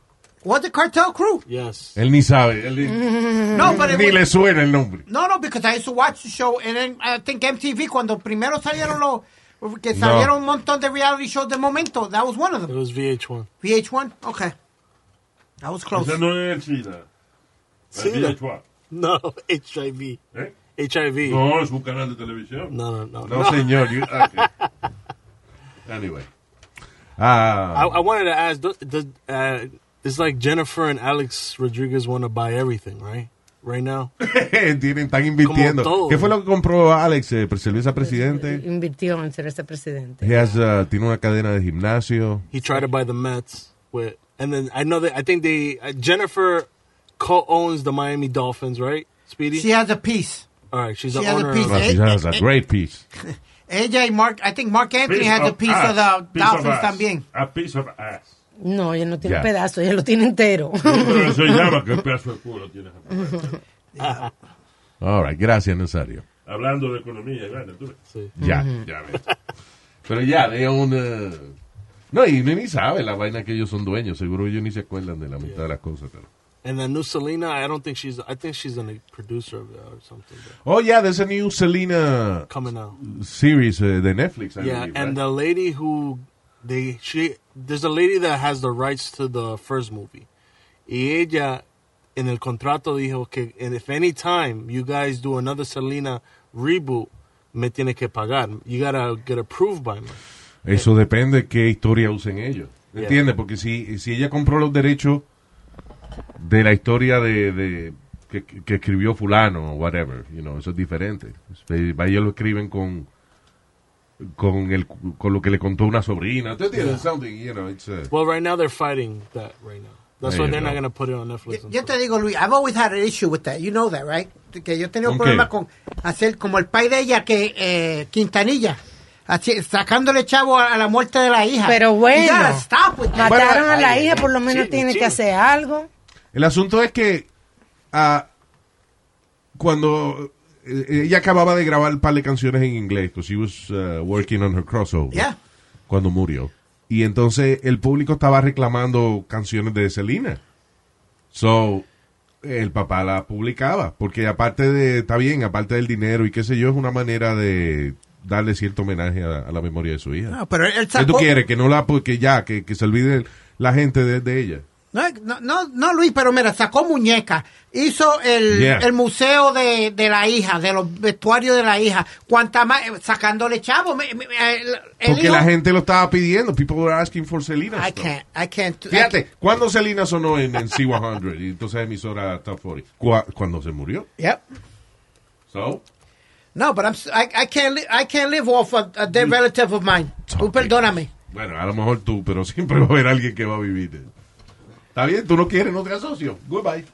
D: Was it Cartel Crew?
G: Yes.
C: Él ni sabe, él
D: Mm.
C: ni,
D: No, but it
C: ni
D: was-
C: le suena el nombre.
D: No, no, because I used to watch the show, and then I think MTV, cuando primero salieron los. que
C: No.
D: salieron un montón de reality shows de momento, that was one of
G: It
D: them.
G: was VH1.
D: VH1? Okay. That was close.
E: Ese no es el SIDA. El
G: SIDA.
E: VH1,
G: No, HIV.
E: ¿eh?
G: HIV. No,
E: No, es un canal de televisión.
G: no, no.
C: No, señor. you- okay. Anyway.
G: I,
C: Ah,
G: I wanted to ask, do, do, uh, it's like Jennifer and Alex Rodriguez want to buy everything, right? Right now?
C: tienen, están invirtiendo.
G: todo.
C: ¿Qué fue lo que compró Alex? eh, cerveza presidente.
F: Invirtió en ser ese presidente.
C: He has, uh, tiene una cadena de gimnasio.
G: He tried to buy the Mets with, and then I know that I think they uh, Jennifer co-owns the Miami Dolphins, right? Speedy.
D: She has a piece.
G: All right, she's
D: she
G: the
D: has a
G: owner.
D: piece.
G: Of,
C: Ah, he has a great piece.
D: AJ, Mark, I think Mark Anthony
E: Piece
D: has a
E: of
D: piece
E: ass.
D: of the
E: Piece of
D: Dolphins
E: ass.
D: también.
E: A piece of ass.
F: No, ella no tiene
C: Ya.
F: un pedazo, ella lo tiene entero.
E: Pero se llama que pedazo de culo tienes.
C: All right, gracias, Nazario.
E: Hablando de economía, y vaina, tú ves.
G: Sí.
C: Ya, ya ves. Pero ya, de un... eh, No, y ni, ni sabe la vaina que ellos son dueños. Seguro ellos ni se acuerdan de la mitad de las cosas. Pero...
G: And then new Selena, I don't think she's. I think she's a producer of it or something. but
C: Oh, yeah, there's a new Selena
G: coming out.
C: series eh, de Netflix. I
G: Yeah,
C: believe,
G: and
C: right?
G: the lady who They she there's a lady that has the rights to the first movie. Y ella en el contrato dijo que and if any time you guys do another Selena reboot, me tiene que pagar. You gotta get approved by me.
C: Eso depende qué historia usen ellos. ¿Entiendes? Porque si, si ella compró los derechos de la historia de, de- que, que escribió fulano o whatever, you know, eso es diferente. Eh, Ellos lo escriben con con el con lo que le contó una sobrina. ¿Tú entiendes? Something, you know, it's uh, a-
G: Well, right now they're fighting that right now. That's
C: There
G: why
C: you
G: they're
C: go.
G: not gonna put it on Netflix.
D: Yo te digo, Luis, I've always had an issue with that. You know that, right? Que yo he tenido
C: ¿Con
D: problemas
C: qué?
D: con hacer como el pai de ella, que eh, Quintanilla, así, sacándole chavo a, a la muerte de la hija.
F: Pero bueno.
D: You gotta stop with that.
F: Mataron a la
G: ay,
F: hija, por lo menos
G: sí,
F: tiene
G: sí.
F: que hacer algo.
C: El asunto es que ah, cuando eh, ella acababa de grabar un par de canciones en inglés, because she was uh, working on her crossover,
D: Yeah.
C: cuando murió. Y entonces el público estaba reclamando canciones de Selena. So, el papá la publicaba, porque aparte de, está bien, aparte del dinero y qué sé yo, es una manera de darle cierto homenaje a, a la memoria de su hija.
D: No, pero él
C: ¿Qué
D: sacó...
C: tú quieres? Que no la, pues, que ya, que, que se olvide la gente de, de ella.
D: No, no, no, no, Luis, pero mira, sacó muñeca, hizo el,
C: Yeah.
D: el museo de, de la hija, de los vestuarios de la hija, cuanta más, eh, sacándole chavo. me- me- el, el
C: Porque
D: hijo-
C: la gente lo estaba pidiendo. People were asking for Selena.
D: I
C: stuff.
D: can't, I can't. I
C: Fíjate, ¿cuándo Selena sonó en, en C100? Y entonces emisora Top 40. Cua- cuando se murió.
D: Yep.
C: So,
D: No, but I'm, s- I, I can't, li- I can't live off a, a
C: Mm.
D: dead relative of mine. Tú perdóname.
C: bueno, a lo mejor tú, pero siempre va a haber alguien que va a vivir. de- Está bien, tú no quieres, no te asocio. Goodbye.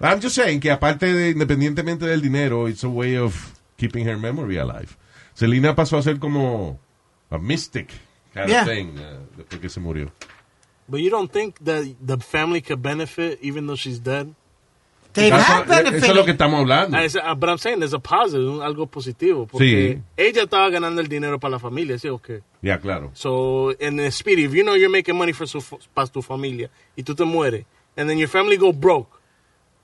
C: I'm just saying que aparte de, independientemente del dinero, it's a way of keeping her memory alive. Selena pasó a ser como a mystic kind
D: Yeah.
C: of thing uh, después que se murió.
G: But you don't think that the family could benefit even though she's dead?
D: They
C: That's
D: have
C: what- eso es lo que
D: benefited.
C: estamos hablando.
G: I said, uh, but I'm saying there's a positive, un- algo positivo. Porque
C: Sí.
G: ella estaba ganando el dinero para la familia, ¿sí o qué?
C: Ya, claro.
G: So, and uh, Speedy, if you know you're making money for su, para tu familia, y tú te mueres, and then your family go broke,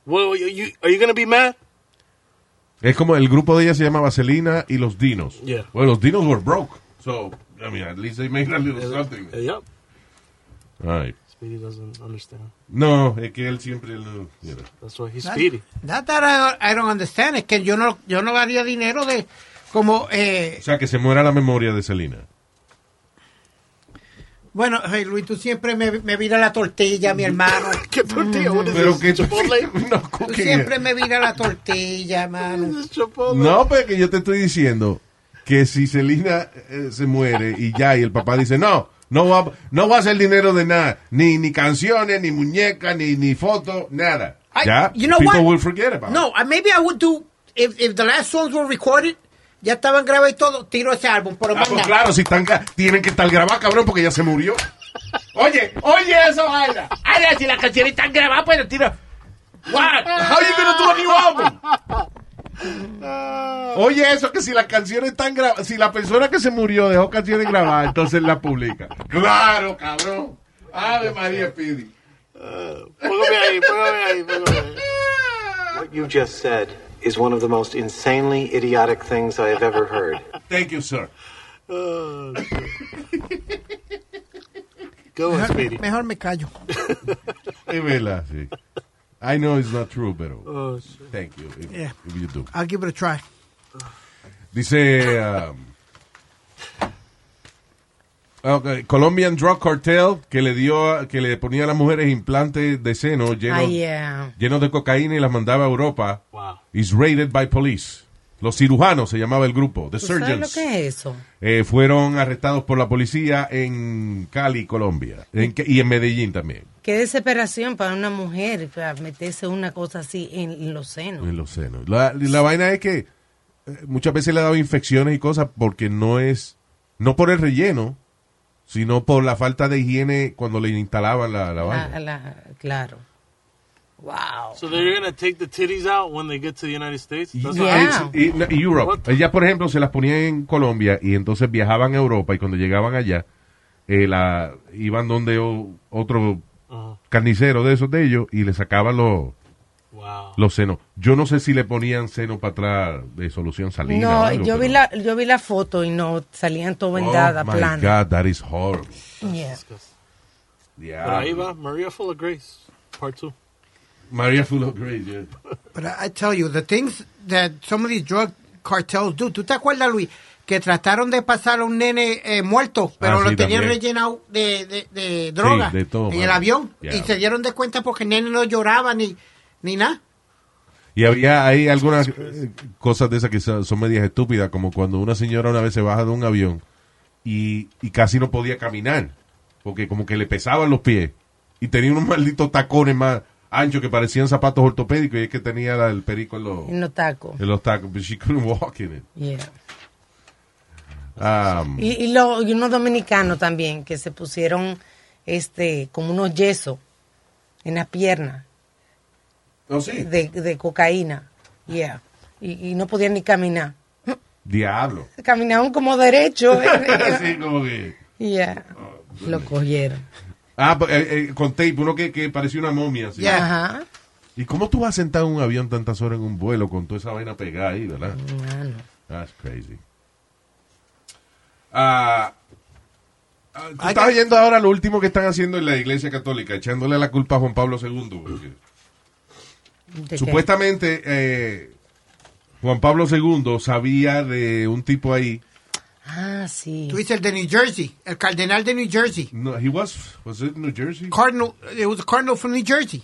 G: well, you, you, are you going to be mad?
C: Es como el grupo de ella se llama Vaselina y los Dinos.
G: Yeah.
C: Well, los Dinos were broke. So, I mean, at least they made a little something.
G: Uh, yep.
C: All right.
G: Speedy doesn't understand.
C: No, es que él siempre... lo- you know.
G: That's why he's Speedy.
D: Not that I, don't- I don't understand. Es que yo no, yo no haría dinero de, como, eh,
C: O sea, que se muera la memoria de Selena.
D: bueno, hey, Luis, tú siempre me, me viras la tortilla,
C: Mm-hmm.
D: mi hermano.
G: ¿Qué tortilla? What is
C: Pero que...
G: this? Chipotle?
C: no,
D: Tú
C: cooking
D: siempre
C: it.
D: me viras la tortilla, mano.
G: This is Chipotle.
C: No, pero que yo te estoy diciendo que si Selena eh, se muere y ya, y el papá dice, no, no va, no va a ser dinero de nada. Ni, ni canciones, ni muñecas, ni, ni fotos, nada.
D: I-
C: ya,
D: you know
C: people
D: what?
C: will forget about it.
D: No, I- maybe I would do if if the last songs were recorded, ya estaban grabados y todo, tiro ese álbum, pero
C: Ah,
D: más
C: pues
D: nada.
C: claro, si están, ca- tienen que estar grabados, cabrón, porque ya se murió. Oye, oye eso, vaina. Ay, si las canciones están grabadas, pues tira. What? How you gonna do a new album? Oye, eso que si las canciones están grabadas, si la persona que se murió dejó canciones grabadas, entonces la publica. Claro, cabrón. Ave María Pidi.
G: Póngame ahí, póngame ahí, póngame ahí.
H: What you just said is one of the most insanely idiotic things I have ever heard.
C: Thank you, sir.
G: Go on, Speedy.
D: Mejor me callo.
C: Es verdad, sí. I know it's not true, pero
G: Oh, shit.
C: thank you if,
D: Yeah.
C: if you do.
D: I'll give it a try.
C: Dice um, ah, ok, Colombian Drug Cartel que le dio a- que le ponía a las mujeres implantes de seno llenos,
F: Ay, eh. yeah.
C: llenos de cocaína y las mandaba a Europa.
G: Wow.
C: Is raided by police. Los cirujanos se llamaba el grupo, The
F: ¿Tú sabes lo
C: Surgeons.
F: que es eso?
C: eh, fueron arrestados por la policía en Cali, Colombia, en- y en Medellín también,
F: Qué desesperación para una mujer para meterse una cosa así en, en los senos.
C: en los senos. La, la vaina es que eh, muchas veces le ha dado infecciones y cosas porque no es, no por el relleno, sino por la falta de higiene cuando le instalaban la, la
F: La-
C: vaina.
F: la- claro. Wow.
G: So they're going to take the titties out when they get to the United States?
C: Y-
G: That's
F: Yeah.
G: what-
C: it's- y- no, y Europe.
G: What?
C: Ellas, por ejemplo, se las ponían en Colombia y entonces viajaban a Europa y cuando llegaban allá, eh, la, iban donde o- otro
G: Ajá.
C: carnicero de esos de ellos y le sacaban los
G: Wow.
C: Los senos. Yo no sé si le ponían seno para atrás de solución salina. o
F: No,
C: algo,
F: yo vi,
C: pero-
F: la, yo vi la foto y no salían todo vendada,
C: Oh my
F: plana.
C: God, that is horrible.
F: Yeah.
G: Pero ahí va, Maria Full of Grace, part 2.
I: Maria Full of Grace, yeah.
D: But I I tell you, the things that some of these drug cartels do. ¿Tú te acuerdas, Luis? Que trataron de pasar a un nene eh, muerto, pero
C: Ah,
D: lo
C: sí,
D: tenían
C: también.
D: rellenado de, de, de droga
C: de todo,
D: en
C: mano.
D: el avión.
C: Ya.
D: Y se dieron de cuenta porque el nene no lloraba ni, ni nada.
C: Y había hay algunas eh, cosas de esas que son son medias estúpidas, como cuando una señora una vez se baja de un avión y, y casi no podía caminar, porque como que le pesaban los pies y tenía unos malditos tacones más anchos que parecían zapatos ortopédicos y es que tenía la- el perico en los,
F: En los tacos.
C: en los tacos, but she couldn't walk in it.
F: Yeah.
C: Um,
F: Y, y lo- y unos dominicanos también que se pusieron este como unos yesos en las piernas
I: Oh, sí.
F: de, de cocaína. Yeah. Y, y no podían ni caminar.
C: diablo.
F: Caminaban como derecho.
I: Así como que...
F: yeah. Lo cogieron.
C: Ah, pues, eh, eh, con tape, uno que, que parecía una momia. así.
D: Yeah.
F: Ajá.
C: ¿Y cómo tú vas sentado en un avión tantas horas en un vuelo con toda esa vaina pegada ahí, verdad?
F: Mano.
C: That's crazy.
I: Ah, ah, tú estás oyendo ahora lo último que están haciendo en la iglesia católica, echándole la culpa a Juan Pablo II. porque
F: ¿De qué?
C: Supuestamente, eh, Juan Pablo II sabía de un tipo ahí.
F: Ah, sí.
D: Tú dices el de New Jersey, el cardenal de New Jersey.
C: No, he was, was it New Jersey?
D: Cardinal, it was a cardinal from New Jersey.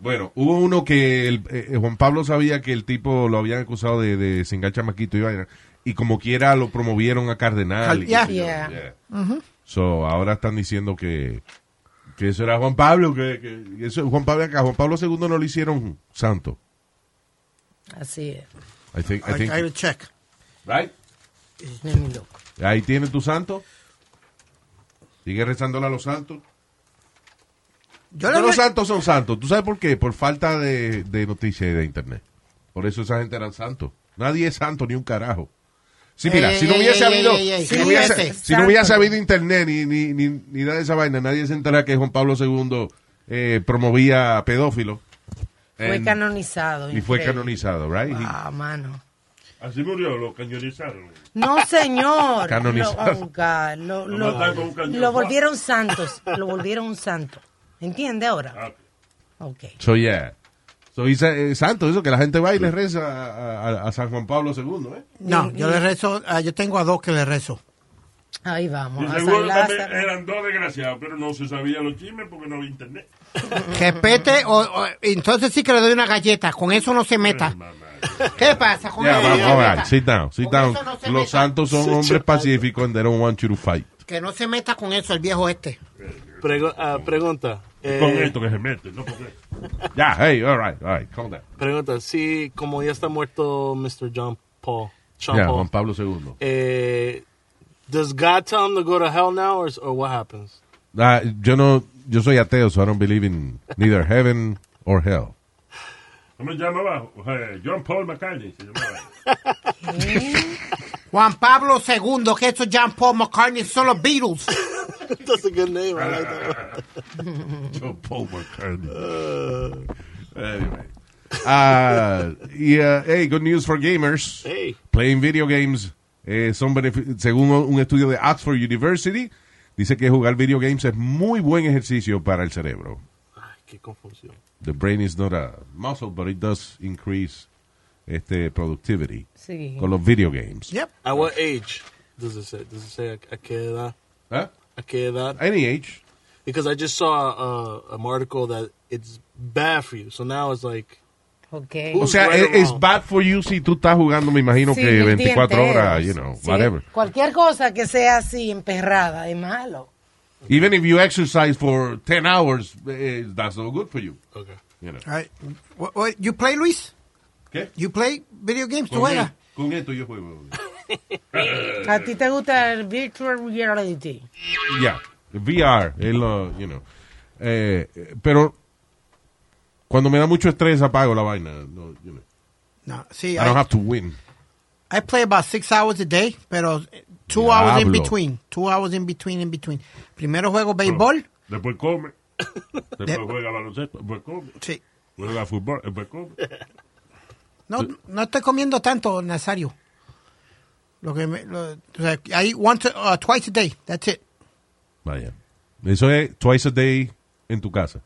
C: Bueno, hubo uno que el- eh, Juan Pablo sabía que el tipo lo habían acusado de, de cingar chamaquito y vaina. Y como quiera lo promovieron a cardenal. y qué
D: Ya.
C: sé yo,
F: Yeah.
C: yeah. So, ahora están diciendo que, que eso era Juan Pablo. Que, que eso, Juan Pablo, a Juan Pablo II no lo hicieron santo.
F: Así es.
C: I think- I
D: I,
C: think-
D: I will check.
I: Right?
F: No es mi loco.
C: ahí tiene tu santo. Sigue rezándole a los santos.
D: Yo
C: Todos
D: le
C: los santos son santos. ¿Tú sabes por qué? Por falta de, de noticias y de internet. Por eso esa gente eran santos. Nadie es santo ni un carajo. Sí, mira,
D: Ey,
C: si no
D: ey,
C: hubiese
D: ey,
C: habido,
D: ey, ey,
C: si
D: ey,
C: no hubiese,
D: cállate.
C: si no hubiese
F: Santo.
C: habido internet ni, ni, ni, ni nada de esa vaina, nadie se entera que Juan Pablo II eh, promovía pedófilo.
F: Fue
C: And-
F: canonizado.
C: Em, Y fue
F: increíble.
C: canonizado, right?
F: Ah, mano.
E: Así murió, lo cañonizaron.
F: No, señor.
C: Canonizado.
F: Lo, oh, God, lo,
E: Lo
F: lo-
E: mataron con un cañón.
F: lo volvieron santos. Lo volvieron un santo. ¿Entiende ahora? Ok.
C: He- So, yeah. So, he's, eh, santo, eso que la gente va y le reza a, a- a San Juan Pablo II, ¿eh?
D: No, yo le rezo, ah, yo tengo a dos que le rezo.
F: Ahí
E: Y
F: vamos. A San
E: seguro también
F: Lázaro.
E: eran dos desgraciados, pero no se sabía los chismes porque no había internet.
D: Respete, o, o- entonces sí que le doy una galleta, con eso no se meta. ¿Qué pasa con
C: Ya,
D: eso?
C: vamos,
D: no se
C: all
D: meta?
C: right, sit down, sit
D: Con
C: down.
D: eso no se
C: Los
D: meta.
C: santos son hombres pacíficos and they don't want you to fight.
D: Que no se meta con eso el viejo este.
G: Prego- ah, pregunta. eh,
E: Con esto que se mete, no porque.
C: Ya, hey, all right, all right, calm down.
G: Pregunta, si como ya está muerto Mr. John Paul, Sean
C: Ya,
G: Paul,
C: Juan Pablo II.
G: eh, does God tell him to go to hell now, or, or what happens?
C: Ah, yo no, yo soy ateo, so I don't believe in neither heaven or hell.
E: ¿Cómo se llamaba? Eh, John Paul McCartney se llamaba.
D: Juan Pablo II, que eso es John Paul McCartney, son los Beatles.
G: That's a good name. I like that. one.
C: Yo, Paul McCartney. Uh, Anyway. Ah, y, ah, hey, good news for gamers.
G: Hey,
C: Playing video games eh, son benefi- según un estudio de Oxford University, dice que jugar video games es muy buen ejercicio para el cerebro.
G: Ay, qué confusión.
C: The brain is not a muscle, but it does increase este, productivity
F: Sí.
C: con los video games.
D: Yep.
G: At what age does it say? Does it say a, a qué edad?
C: Huh?
G: A qué edad?
C: ¿Eh? Any age.
G: Because I just saw uh, an article that it's bad for you. So now it's like,
F: Ok.
C: O sea,
G: Right or
C: es
G: wrong.
C: bad for you si tú estás jugando, me imagino
F: Sí,
C: que
F: el día
C: 24
F: entero.
C: horas, you know,
F: Sí.
C: whatever.
F: Cualquier cosa que sea así, emperrada, es malo.
C: Even if you exercise for 10 hours, eh, that's not good for you.
G: okay.
C: you know.
D: All right. What- what- you play, Luis?
C: ¿Qué?
D: You play video games? ¿Tú
C: Con,
D: juegas?
C: e- con esto yo juego.
F: ¿A ti te gusta el virtual reality?
C: Ya, VR, es lo, you know. Eh, eh, pero cuando me da mucho estrés apago la vaina. No, you know.
D: No, sí.
C: I don't
D: I,
C: have to win.
D: I play about six hours a day, pero two hours in
C: Diablo.
D: between. Two hours in between, in between. Primero juego béisbol.
E: Después come. Después juega baloncesto. Después come.
D: Sí.
C: Bueno, la fútbol, el becón.
D: No, no estoy comiendo tanto, Nazario. Lo que me, lo, o sea, I eat once, uh, twice a day. That's it.
C: Vaya. Eso es twice a day en tu casa.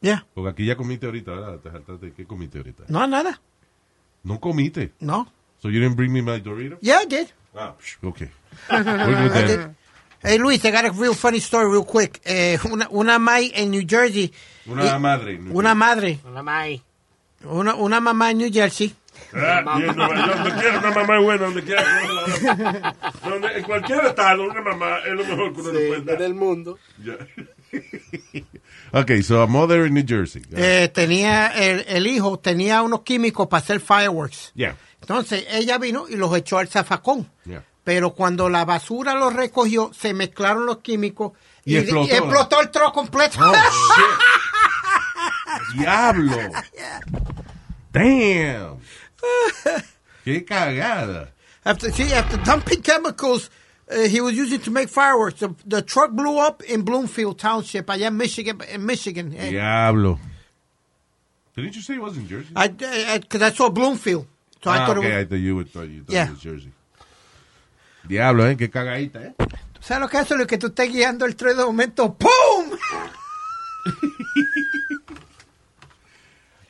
D: Yeah.
C: Porque aquí ya comiste ahorita, ¿verdad? Te saltaste. ¿Qué comiste ahorita?
D: No, nada.
C: No comiste.
D: No.
C: So you didn't bring me my Dorito?
D: Yeah, I did.
C: Ah, psh, ok.
D: I did. Hey, Luis, I got a real funny story real quick. Eh, una, una mai en New Jersey.
C: Una
D: y-
C: madre.
D: Una madre.
A: Hola, May.
D: Una, una mamá en New Jersey.
E: Ah, y en Nueva York, donde quiera una mamá es buena, donde quiera. Donde, en cualquier estado, una mamá es lo mejor que uno le puede
G: en
E: dar.
G: el mundo.
E: Ya.
C: Ok, so a mother in New Jersey.
D: Eh, tenía el, el hijo tenía unos químicos para hacer fireworks.
C: Yeah.
D: Entonces ella vino y los echó al zafacón.
C: Yeah.
D: Pero cuando la basura los recogió, se mezclaron los químicos
C: Y explotó. Oh.
D: explotó el tro completo.
C: Diablo. Damn. Qué cagada.
D: after, see, after dumping chemicals uh, he was using to make fireworks, the, the truck blew up in Bloomfield Township, allá en Michigan. En Michigan. Eh,
C: Diablo. Didn't you say it was in Jersey?
D: I, I, I- 'cause I saw Bloomfield. So I
C: ah,
D: thought
C: okay,
D: it
C: I thought you would thought you thought
D: Yeah.
C: it was Jersey. Diablo, eh, qué cagadita, eh.
D: was- ¿Sabes lo que hace? Lo que tú estás guiando el tren de momento, ¡pum!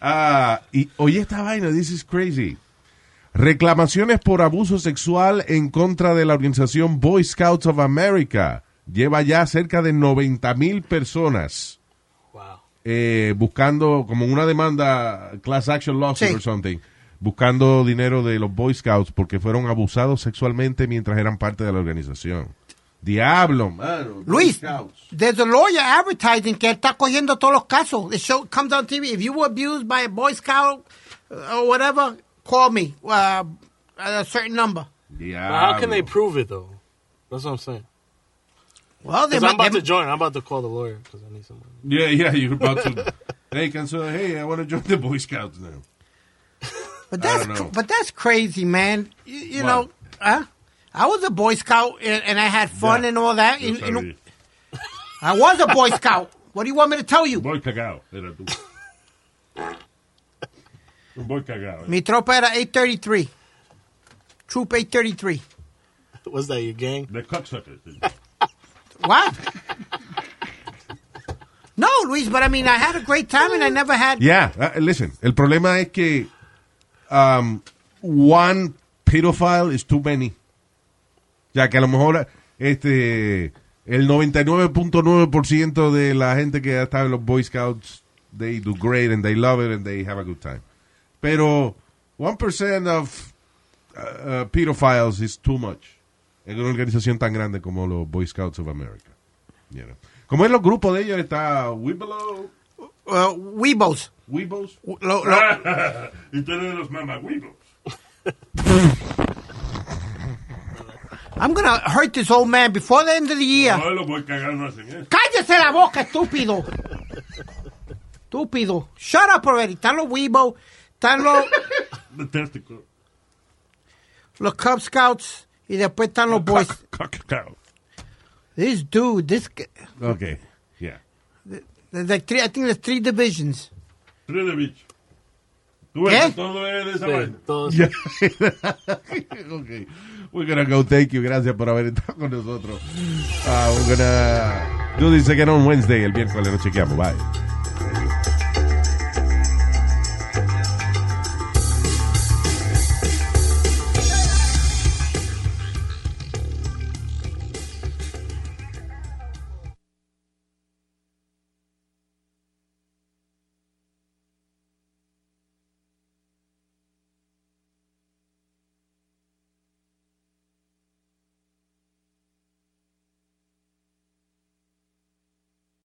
C: Ah, y oye esta vaina, this is crazy. Reclamaciones por abuso sexual en contra de la organización Boy Scouts of America. Lleva ya cerca de 90 mil personas
G: Wow.
C: eh, buscando como una demanda class action lawsuit
D: Sí.
C: or something, buscando dinero de los Boy Scouts porque fueron abusados sexualmente mientras eran parte de la organización. Diablo, mano. Boy
D: Luis,
C: Scouts.
D: there's a lawyer advertising que él está cogiendo todos los casos. The show comes on TV. If you were abused by a Boy Scout uh, or whatever, call me uh, at a certain number.
C: Diablo.
G: But
E: Ah,
G: how can they prove it though? That's what I'm saying.
D: Well, they
G: Because I'm
D: might.
G: about
D: They,
G: to join. I'm about to call the lawyer because I need some money.
C: Yeah, yeah, you're about to. They can say, hey, I want to join the Boy Scouts now.
D: but
C: I don't
D: that's
C: know.
D: but that's crazy, man. You, you
C: What?
D: know, huh? I was a Boy Scout and, and I had fun
C: Yeah.
D: and all that. You- you know,
C: Sorry.
D: I was a Boy Scout. What do you want me to tell you?
C: Voy cagado, era tú. Voy cagado.
D: Mi tropa era 833. Troop 833.
G: What's that? Your gang?
C: The cocksuckers.
D: What? no, Luis, but I mean, I had a great time and I never had.
C: Yeah, uh, listen, el problema es que um, one pedophile is too many. Ya que a lo mejor este el 99.9% de la gente que ha estado en los Boy Scouts, they do great and they love it and they have a good time. Pero 1% of uh, uh, pedophiles is too much en una organización tan grande como los Boy Scouts of America. You know. Como es los grupos de ellos, está Wibble,
D: Uh, Weebos.
C: Weebos.
D: Lo- lo-
E: Ah. y tienen los mamagüivos.
D: I'm going to hurt this old man before the end of the year.
E: No, los voy cagando hacen eso.
D: Cállese la boca, estúpido. Estúpido. Shut up already. Están los Weebos. Están los,
E: Fantástico.
D: los Cub Scouts. Y después están los boys.
E: Cacao.
D: This dude, this. g-
C: Okay. Yeah.
D: There's like three, I think there's three divisions.
E: Tres de bicho. Tú ves,
D: ¿Qué?
E: todo es de esa vaina.
G: Those-
C: Yeah. okay. We're gonna go. Thank you. Gracias por haber estado con nosotros. Uh, we're gonna do this again on Wednesday. El miércoles nos chequeamos. Bye.